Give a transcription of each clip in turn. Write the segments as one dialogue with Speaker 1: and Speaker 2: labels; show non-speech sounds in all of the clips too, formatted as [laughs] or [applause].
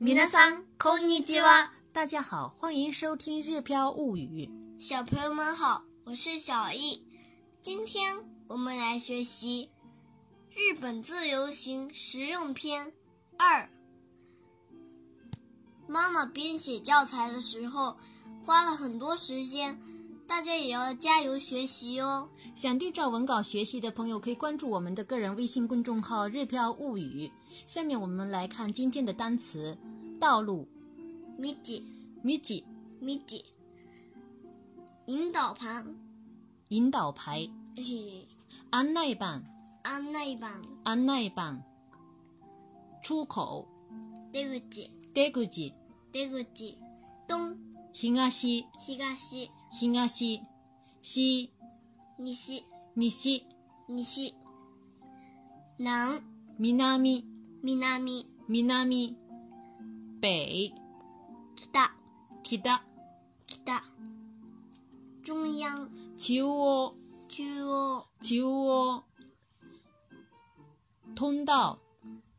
Speaker 1: 皆さんこんにちは。
Speaker 2: 大家好，欢迎收听《日飘物语》。
Speaker 3: 小朋友们好，我是小易。今天我们来学习《日本自由行实用篇二》。妈妈编写教材的时候花了很多时间，大家也要加油学习哦。
Speaker 2: 想对照文稿学习的朋友，可以关注我们的个人微信公众号“日飘物语”。下面我们来看今天的单词：道路、
Speaker 3: 米吉
Speaker 2: 米吉、
Speaker 3: 米吉，引导盘，
Speaker 2: 引导牌、
Speaker 3: 嘿嘿
Speaker 2: 案内板、
Speaker 3: 案内板，
Speaker 2: 案内板、出口、
Speaker 3: 出口、
Speaker 2: 出口、
Speaker 3: 出口、东、
Speaker 2: 東、
Speaker 3: 東、
Speaker 2: 東、西、
Speaker 3: 西、
Speaker 2: 西、
Speaker 3: 西、南、
Speaker 2: 南、
Speaker 3: 南、
Speaker 2: 南、北、
Speaker 3: 北、
Speaker 2: 北、
Speaker 3: 北、中央、
Speaker 2: 中央、
Speaker 3: 中央、
Speaker 2: 中央、通道、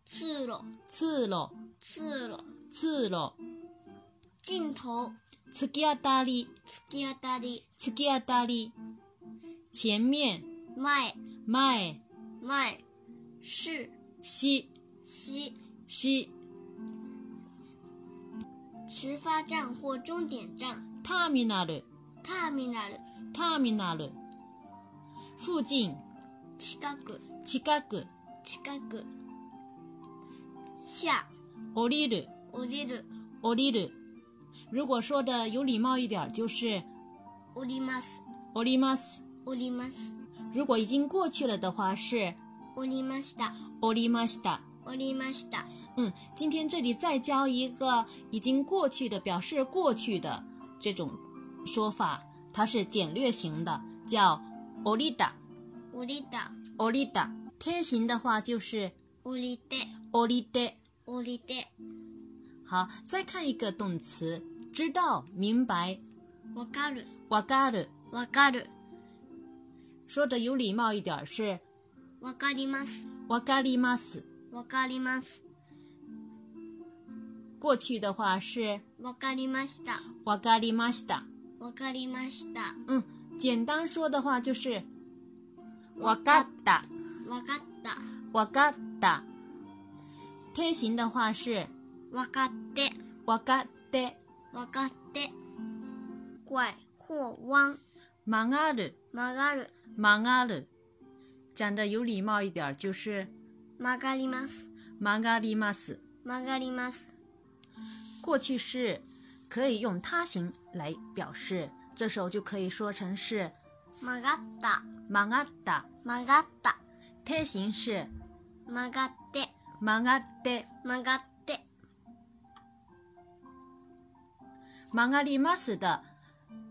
Speaker 3: 通路、
Speaker 2: 通路、
Speaker 3: 通路、
Speaker 2: 通路、
Speaker 3: 尽头、
Speaker 2: 突き当たり、
Speaker 3: 突き当たり、
Speaker 2: 突き当たり、前面、
Speaker 3: 前、
Speaker 2: 前、
Speaker 3: 前、是、
Speaker 2: し、
Speaker 3: 西、
Speaker 2: し、
Speaker 3: 始发站或终点站、
Speaker 2: ターミナル、
Speaker 3: ターミナル、
Speaker 2: ターミナル、附近、
Speaker 3: 近く、
Speaker 2: 近く、
Speaker 3: 近く、下、
Speaker 2: 降りる、
Speaker 3: 降りる、
Speaker 2: 降りる。如果说的有礼貌一点儿，就是
Speaker 3: 降ります、
Speaker 2: 降ります。
Speaker 3: 降ります、
Speaker 2: 如果已经过去了的话是
Speaker 3: 降りました、
Speaker 2: 降りました。
Speaker 3: 降りました。
Speaker 2: 嗯，今天这里再教一个已经过去的，表示过去的这种说法，它是简略型的，叫降りた。
Speaker 3: 降りた、
Speaker 2: 降りた。贴形的话就是
Speaker 3: 降りて、
Speaker 2: 降りて。
Speaker 3: 降りて、
Speaker 2: 好，再看一个动词，知道、明白、
Speaker 3: わかる、
Speaker 2: わかる。
Speaker 3: わかる、
Speaker 2: 说的有礼貌一点儿是
Speaker 3: わかります、
Speaker 2: わかります。
Speaker 3: わかります、
Speaker 2: 过去的话是
Speaker 3: わかりました、
Speaker 2: わかりました。
Speaker 3: わかりました、
Speaker 2: 嗯，简单说的话就是わかった。
Speaker 3: わかった、
Speaker 2: わかった。贴形的话是
Speaker 3: わかって、
Speaker 2: わかって、
Speaker 3: わかって。拐或弯、
Speaker 2: 曲がる、
Speaker 3: 曲がる、
Speaker 2: 曲がる。讲的有礼貌一点儿就是
Speaker 3: 曲がります、
Speaker 2: 曲がります。
Speaker 3: 曲がります。
Speaker 2: 过去式可以用他形来表示，这时候就可以说成是
Speaker 3: 曲がった、
Speaker 2: 曲がった。
Speaker 3: 曲がった、
Speaker 2: 贴形是
Speaker 3: 曲がって、
Speaker 2: 曲がって、
Speaker 3: 曲がって。
Speaker 2: 曲がります的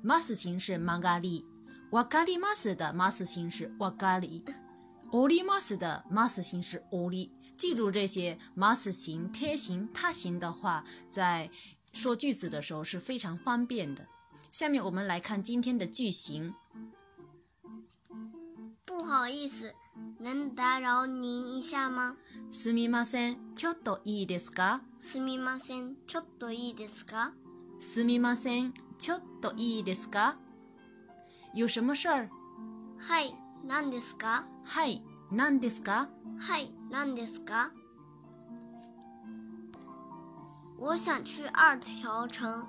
Speaker 2: ます形是曲がり，わかります的ます形是わかり，おります的ます形是おり。记住这些ます形、贴形、他形的话，在说句子的时候是非常方便的。下面我们来看今天的句型。
Speaker 3: 不好意思，能打扰您一下吗？
Speaker 2: すみません、ちょっといいですか？
Speaker 3: すみません、ちょっといいですか？
Speaker 2: すみません、ちょっといいですか？有什么事儿？
Speaker 3: はい、何ですか？
Speaker 2: はい、何ですか？
Speaker 3: はい、何ですか？我想去二条城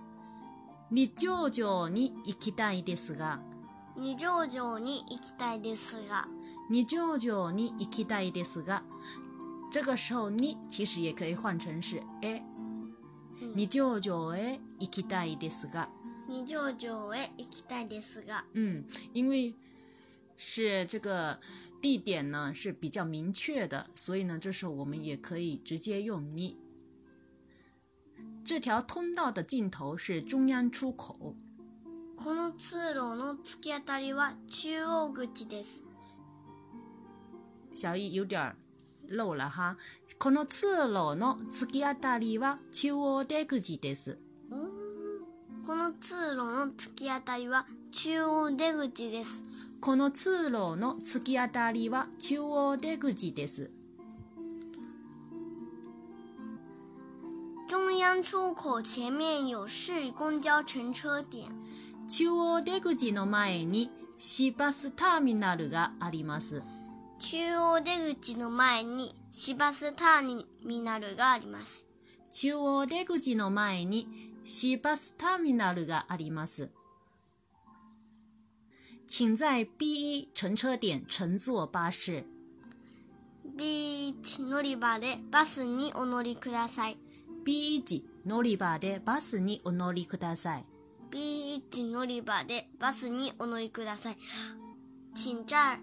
Speaker 2: 二条城に行きたいですが、
Speaker 3: 二条城に行きたいですが、
Speaker 2: 二条城に行きたいですが，这个时候你其实也可以换成是哎え。
Speaker 3: 嗯
Speaker 2: 二条城へ行きたいですが，
Speaker 3: 二条城へ行きたいですが、
Speaker 2: 嗯，因为是这个地点呢是比较明确的，所以呢，这时候我们也可以直接用你。这条通道的尽头是中央出口，
Speaker 3: この通路の突き当たりは中央口です。
Speaker 2: 小易有点儿漏了哈。この通路の突き当たりは中央出口です。
Speaker 3: うーんこの通路の突き当たりは中央出口です。
Speaker 2: この通路の突き当たりは中央出口です。
Speaker 3: 中央出口前面有市公交乘车点。
Speaker 2: 中央出口の前に市バスターミナルがあります。
Speaker 3: 中央出口の前に市バスターミナルがあります。
Speaker 2: 中央出口の前に市バスターミナルがあります。请在 B1 乘车点乘坐巴士。
Speaker 3: ビーチ乗り場でバスにお乗りください。
Speaker 2: B1 乗り場でバスにお乗りください。
Speaker 3: ビーチ乗り場でバスにお乗りください。请在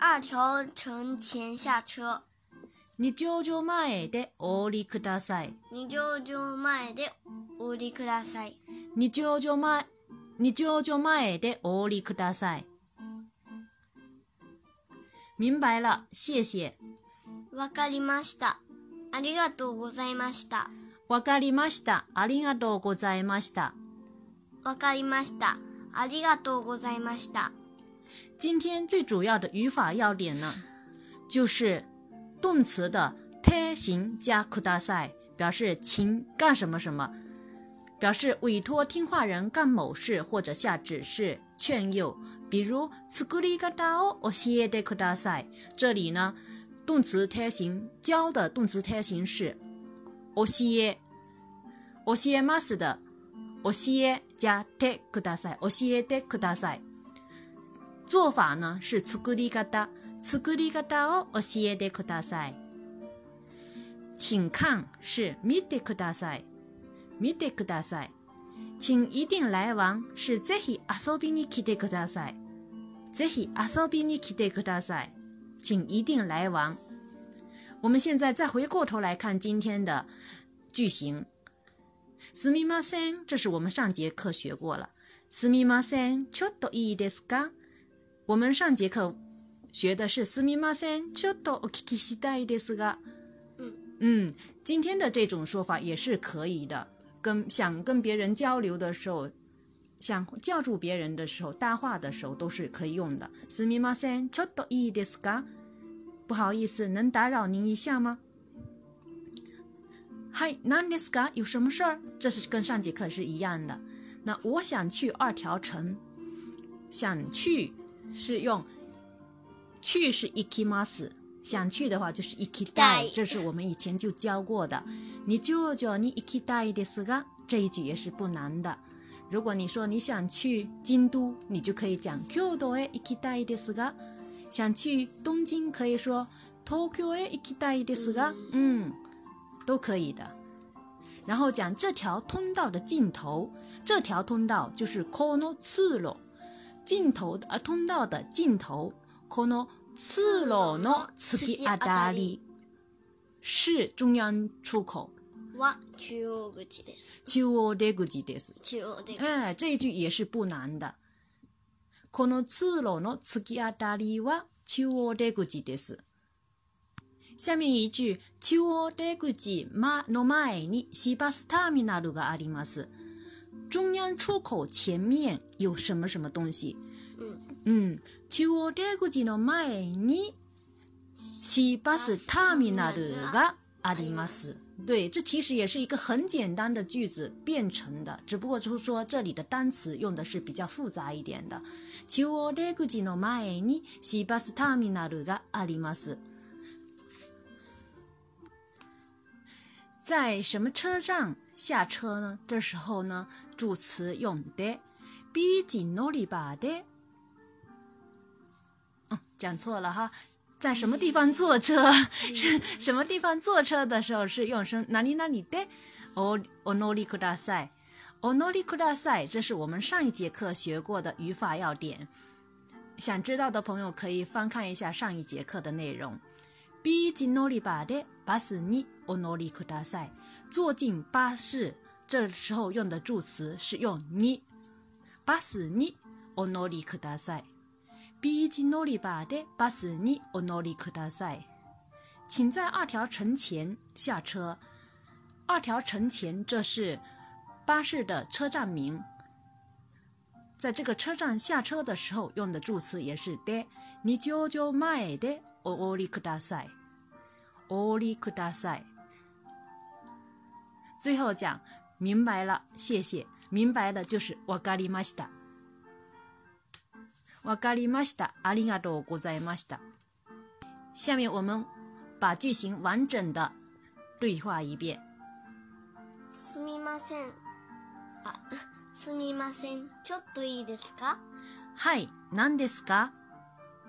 Speaker 3: 二条城前下车。
Speaker 2: 二条城前でお降りください。
Speaker 3: 二条城前でお降りください。
Speaker 2: 二条城前、二条城前でお降りください。明白了，谢谢。
Speaker 3: わかりました。ありがとうございました。
Speaker 2: わかりました。ありがとうございました。
Speaker 3: わかりました。ありがとうございました。
Speaker 2: 今天最主要的语法要点呢，就是动词的贴行加ください，表示请干什么什么，表示委托听话人干某事或者下指示、劝诱。比如作り方を教えてください。这里呢，动词贴行教的动词贴形是教え、教えます的教え加てください，教えてください。做法呢是作り方，作り方を教えてください。请看是見てください，見てください。请一定来往是ぜひ遊びに来てください，ぜひ遊びに来てください。请一定来往。我们现在再回过头来看今天的句型。すみません，这是我们上节课学过了。すみません、ちょっといいですか？我们上节课学的是“すみません、ちょっとお聞きしたいですが”。
Speaker 3: 嗯
Speaker 2: 嗯，今天的这种说法也是可以的。跟想跟别人交流的时候，想叫住别人的时候，搭话的时候都是可以用的。すみません、ちょっといいですか？不好意思，能打扰您一下吗？嗨，何ですか？有什么事儿？这是跟上节课是一样的。那我想去二条城，想去是用去是 ikimas，想去的话就是 ikitai，
Speaker 3: ikitai
Speaker 2: 这是我们以前就教过的。你舅舅你 ikitai ですが这一句也是不难的。如果你说你想去京都，你就可以讲京都へ行きたいですが。想去东京可以说東京へ行きたいですが，嗯，都可以的。然后讲这条通道的尽头，这条通道就是この通路，尽头的呃通道的尽头，この通路の突き当たり是中央出口
Speaker 3: は中央口です。
Speaker 2: 中央出口です。
Speaker 3: 中央出口。
Speaker 2: 哎，这一句也是不难的。この通路の突き当たりは中央出口です。下面一句、中央出口まの前に市バスターミナルがあります。中央出口前面有什么什么东西？
Speaker 3: 嗯
Speaker 2: 嗯，中央出口の前に市バスターミナルがあります。对，这其实也是一个很简单的句子变成的，只不过就是说这里的单词用的是比较复杂一点的。中央出口の前に市バスターミナルがあります。在什么车站下车呢？这时候呢，助词用で。ビーチ乗り場で。嗯，讲错了哈，在什么地方坐车？是 [laughs] 什么地方坐车的时候是用什哪里哪里的？哦おお乗りください。お乗りください，这是我们上一节课学过的语法要点。想知道的朋友可以翻看一下上一节课的内容。ビーチ乗り場でバスにお乗りください。坐进巴士，这时候用的助词是用に。バスにお乗りください。ビーチ乗り場でバスにお乗りください。请在二条城前下车。二条城前，这是巴士的车站名。在这个车站下车的时候用的助词也是で。二条城前でお降りください。お降りください。最后讲明白了，谢谢，明白了就是わかりました。わかりました、ありがとうございました。下面我们把句型完整的对话一遍。
Speaker 3: すみません。あ、 [laughs] すみません。ちょっといいですか
Speaker 2: はい、何ですか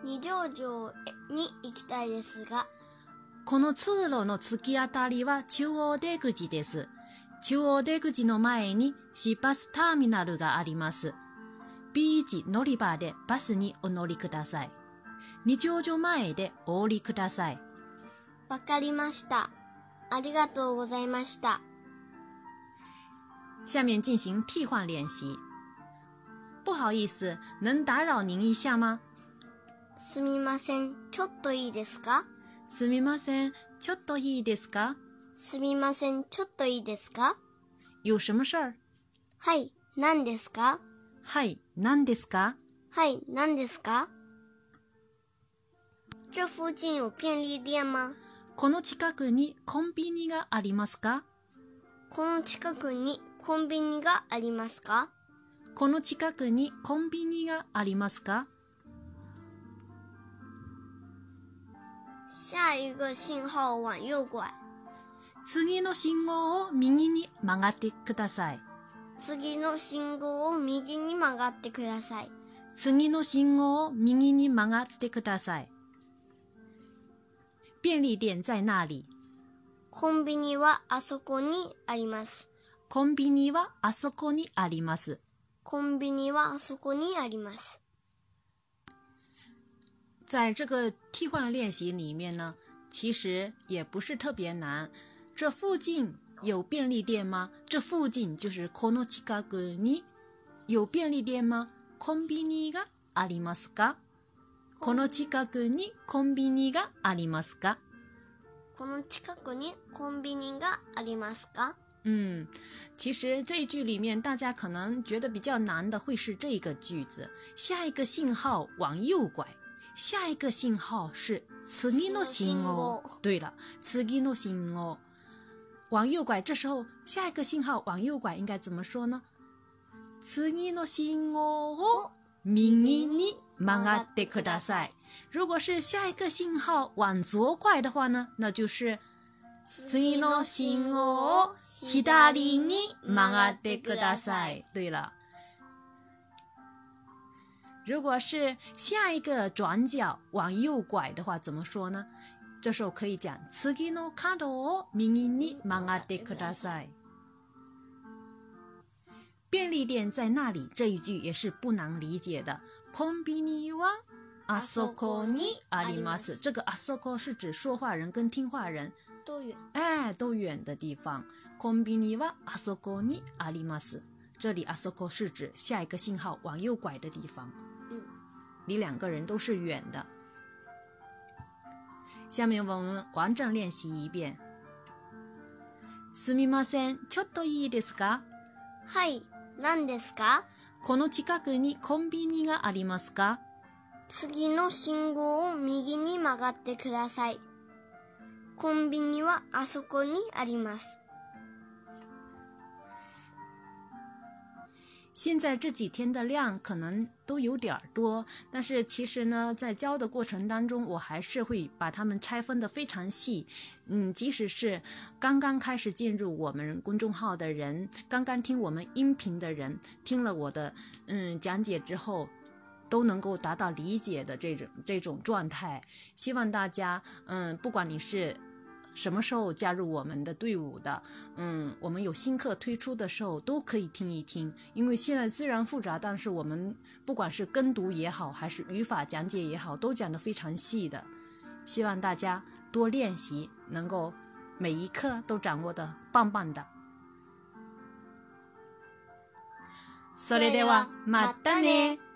Speaker 3: 二条城へに行きたいですが、
Speaker 2: この通路の突き当たりは中央出口です。中央出口の前に出発ターミナルがあります。B1 乗り場でバスにお乗りください。二条所前でお降りください。
Speaker 3: わかりました。ありがとうございました。
Speaker 2: 下面进行替换练习。不好意思，能打扰您一下吗？
Speaker 3: すみません。ちょっといいですか
Speaker 2: すみません、ちょっといいですか？
Speaker 3: すみません。ちょっといいですか
Speaker 2: 有什么事儿？
Speaker 3: はい。何ですか
Speaker 2: はい、何ですか？
Speaker 3: はい。何ですか这附近有便利店吗
Speaker 2: この近くにコンビニがありますか？
Speaker 3: この近くにコンビニがありますか
Speaker 2: この近くにコンビニがありますか？
Speaker 3: 下一个信号往右拐。
Speaker 2: 次の信号を右に曲がってください。
Speaker 3: 次の信号を右に曲がってください。
Speaker 2: 次の信号を右に曲がってください。便利店在那里。
Speaker 3: コンビニはあそこにあります。
Speaker 2: コンビニはあそこにあります。
Speaker 3: コンビニはあそこにあります。
Speaker 2: 在这个替换练习里面呢，其实也不是特别难。这附近有便利店吗？这附近就是この近くに有便利店吗？コンビニがありますか？この近くにコンビニがありますか？
Speaker 3: この近くにコンビニがありますか
Speaker 2: 嗯，其实这一句里面，大家可能觉得比较难的会是这个句子：下一个信号往右拐。下一个信号是次
Speaker 3: 次
Speaker 2: の信号
Speaker 3: の信号。
Speaker 2: 对了，次の信号往右拐。这时候，下一个信号往右拐应该怎么说呢？次の信号を右に曲がってください。如果是下一个信号往左拐的话呢，那就是。次の信号を左に曲がってください。对了，如果是下一个转角往右拐的话，怎么说呢？这时候可以讲次の角を右に曲がってください。便利店在那里这一句也是不难理解的。コンビニはあそこにあります。这个あそこ是指说话人跟听话人。
Speaker 3: どういう
Speaker 2: 哎，都远的地方。コンビニはあそこにあります。这里あそこ是指下一个信号往右拐的地方，
Speaker 3: 嗯，
Speaker 2: 离两个人都是远的。下面我们完整练习一遍。すみません、ちょっといいですか？
Speaker 3: はい。何ですか
Speaker 2: この近くにコンビニがありますか？
Speaker 3: 次の信号を右に曲がってください。コンビニはあそこにあります。
Speaker 2: 现在这几天的量可能都有点儿多，但是其实呢，在教的过程当中，我还是会把它们拆分的非常细。嗯，即使是刚刚开始进入我们公众号的人，刚刚听我们音频的人，听了我的嗯讲解之后，都能够达到理解的这种这种状态。希望大家，嗯，不管你是什么时候加入我们的队伍的，嗯，我们有新课推出的时候都可以听一听，因为现在虽然复杂，但是我们不管是跟读也好，还是语法讲解也好，都讲得非常细的。希望大家多练习，能够每一课都掌握的棒棒的。それではまたね。